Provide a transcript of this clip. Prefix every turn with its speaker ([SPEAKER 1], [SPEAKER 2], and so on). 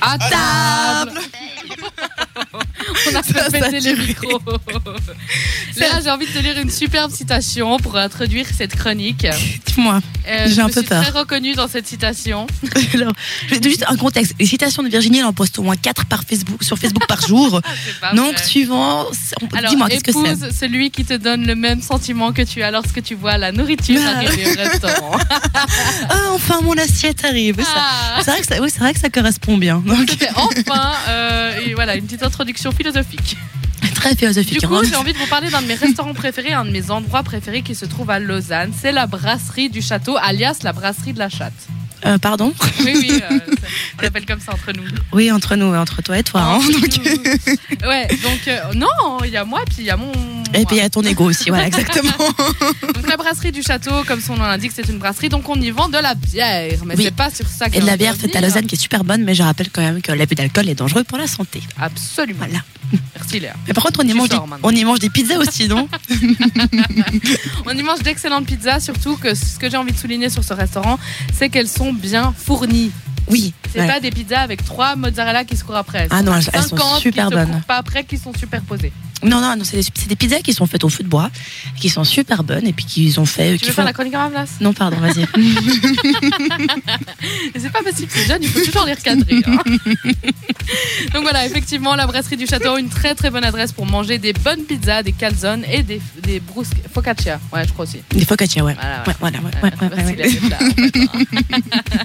[SPEAKER 1] À table
[SPEAKER 2] On a
[SPEAKER 1] Ça,
[SPEAKER 2] fait
[SPEAKER 1] ça a
[SPEAKER 2] péter les
[SPEAKER 1] duré.
[SPEAKER 2] micros. Là, j'ai envie de te lire une superbe citation pour introduire cette chronique.
[SPEAKER 1] Dis-moi.
[SPEAKER 2] Euh,
[SPEAKER 1] J'ai un peu
[SPEAKER 2] Je me suis
[SPEAKER 1] peur.
[SPEAKER 2] très reconnue dans cette citation.
[SPEAKER 1] Alors, je vais- juste un contexte. Les citations de Virginie, elle en poste au moins 4 par Facebook, sur Facebook par jour.
[SPEAKER 2] Ah, C'est pas
[SPEAKER 1] Donc,
[SPEAKER 2] vrai.
[SPEAKER 1] suivant, c'est- on-
[SPEAKER 2] Alors,
[SPEAKER 1] dis-moi, qu'est-ce que c'est
[SPEAKER 2] épouse celui qui te donne le même sentiment que tu as lorsque tu vois la nourriture
[SPEAKER 1] Ah.
[SPEAKER 2] arriver au restaurant.
[SPEAKER 1] Ah, enfin, mon assiette arrive. Oui, ça-
[SPEAKER 2] Ah.
[SPEAKER 1] C'est vrai, que ça- oui, c'est vrai que ça correspond bien. Donc,
[SPEAKER 2] C'était enfin euh, et voilà, une petite introduction philosophique.
[SPEAKER 1] très
[SPEAKER 2] Du
[SPEAKER 1] philosophique.
[SPEAKER 2] coup,
[SPEAKER 1] hein.
[SPEAKER 2] j'ai envie de vous parler d'un de mes restaurants préférés, un de mes endroits préférés qui se trouve à Lausanne. C'est la brasserie du château, alias la brasserie de la chatte.
[SPEAKER 1] Euh, pardon
[SPEAKER 2] Oui, oui, euh, ça- on l'appelle comme ça entre nous.
[SPEAKER 1] Oui, entre nous, entre toi et toi. hein.
[SPEAKER 2] donc... Ouais, donc euh, non, il y a moi, puis il y a mon.
[SPEAKER 1] Et puis, il y a ton ego aussi, voilà, exactement.
[SPEAKER 2] Donc la brasserie du château, comme son nom l'indique, c'est une brasserie, donc on y vend de la bière. Mais
[SPEAKER 1] Oui.
[SPEAKER 2] c'est pas sur ça que
[SPEAKER 1] Et de
[SPEAKER 2] j'ai
[SPEAKER 1] la
[SPEAKER 2] envie
[SPEAKER 1] bière
[SPEAKER 2] de
[SPEAKER 1] faite à
[SPEAKER 2] venir.
[SPEAKER 1] Lausanne qui est super bonne, mais je rappelle quand même que l'abus d'alcool est dangereux pour la santé.
[SPEAKER 2] Absolument.
[SPEAKER 1] Voilà.
[SPEAKER 2] Merci Léa.
[SPEAKER 1] Mais par contre, on y,
[SPEAKER 2] Tu
[SPEAKER 1] mange des,
[SPEAKER 2] sors maintenant.
[SPEAKER 1] on y mange des pizzas aussi, non
[SPEAKER 2] On y mange d'excellentes pizzas, surtout que ce que j'ai envie de souligner sur ce restaurant, c'est qu'elles sont bien fournies.
[SPEAKER 1] Oui.
[SPEAKER 2] C'est
[SPEAKER 1] voilà.
[SPEAKER 2] pas des pizzas avec trois mozzarella qui se courent après.
[SPEAKER 1] Ah non, elles, elles sont
[SPEAKER 2] 50
[SPEAKER 1] super
[SPEAKER 2] qui se
[SPEAKER 1] bonnes.
[SPEAKER 2] courent pas après, qui sont superposées.
[SPEAKER 1] Non, non, non, c'est des, c'est des pizzas qui sont faites au feu de bois, qui sont super bonnes et puis qu'ils ont fait.
[SPEAKER 2] Tu
[SPEAKER 1] qui
[SPEAKER 2] veux
[SPEAKER 1] font-
[SPEAKER 2] faire la chronique à ma place
[SPEAKER 1] Non, pardon, vas-y.
[SPEAKER 2] Mais C'est pas facile, c'est jeune, il faut toujours les recadrer. hein. Donc voilà, effectivement, la brasserie du château, une très très bonne adresse pour manger des bonnes pizzas, des calzones et des, des brusques focaccia. Ouais, je crois aussi.
[SPEAKER 1] des focaccia, ouais.
[SPEAKER 2] Voilà, ouais.
[SPEAKER 1] Ouais, voilà, ouais, ouais, ouais, ouais,
[SPEAKER 2] Merci, Léa, d'être
[SPEAKER 1] ouais.
[SPEAKER 2] là, en fait, hein.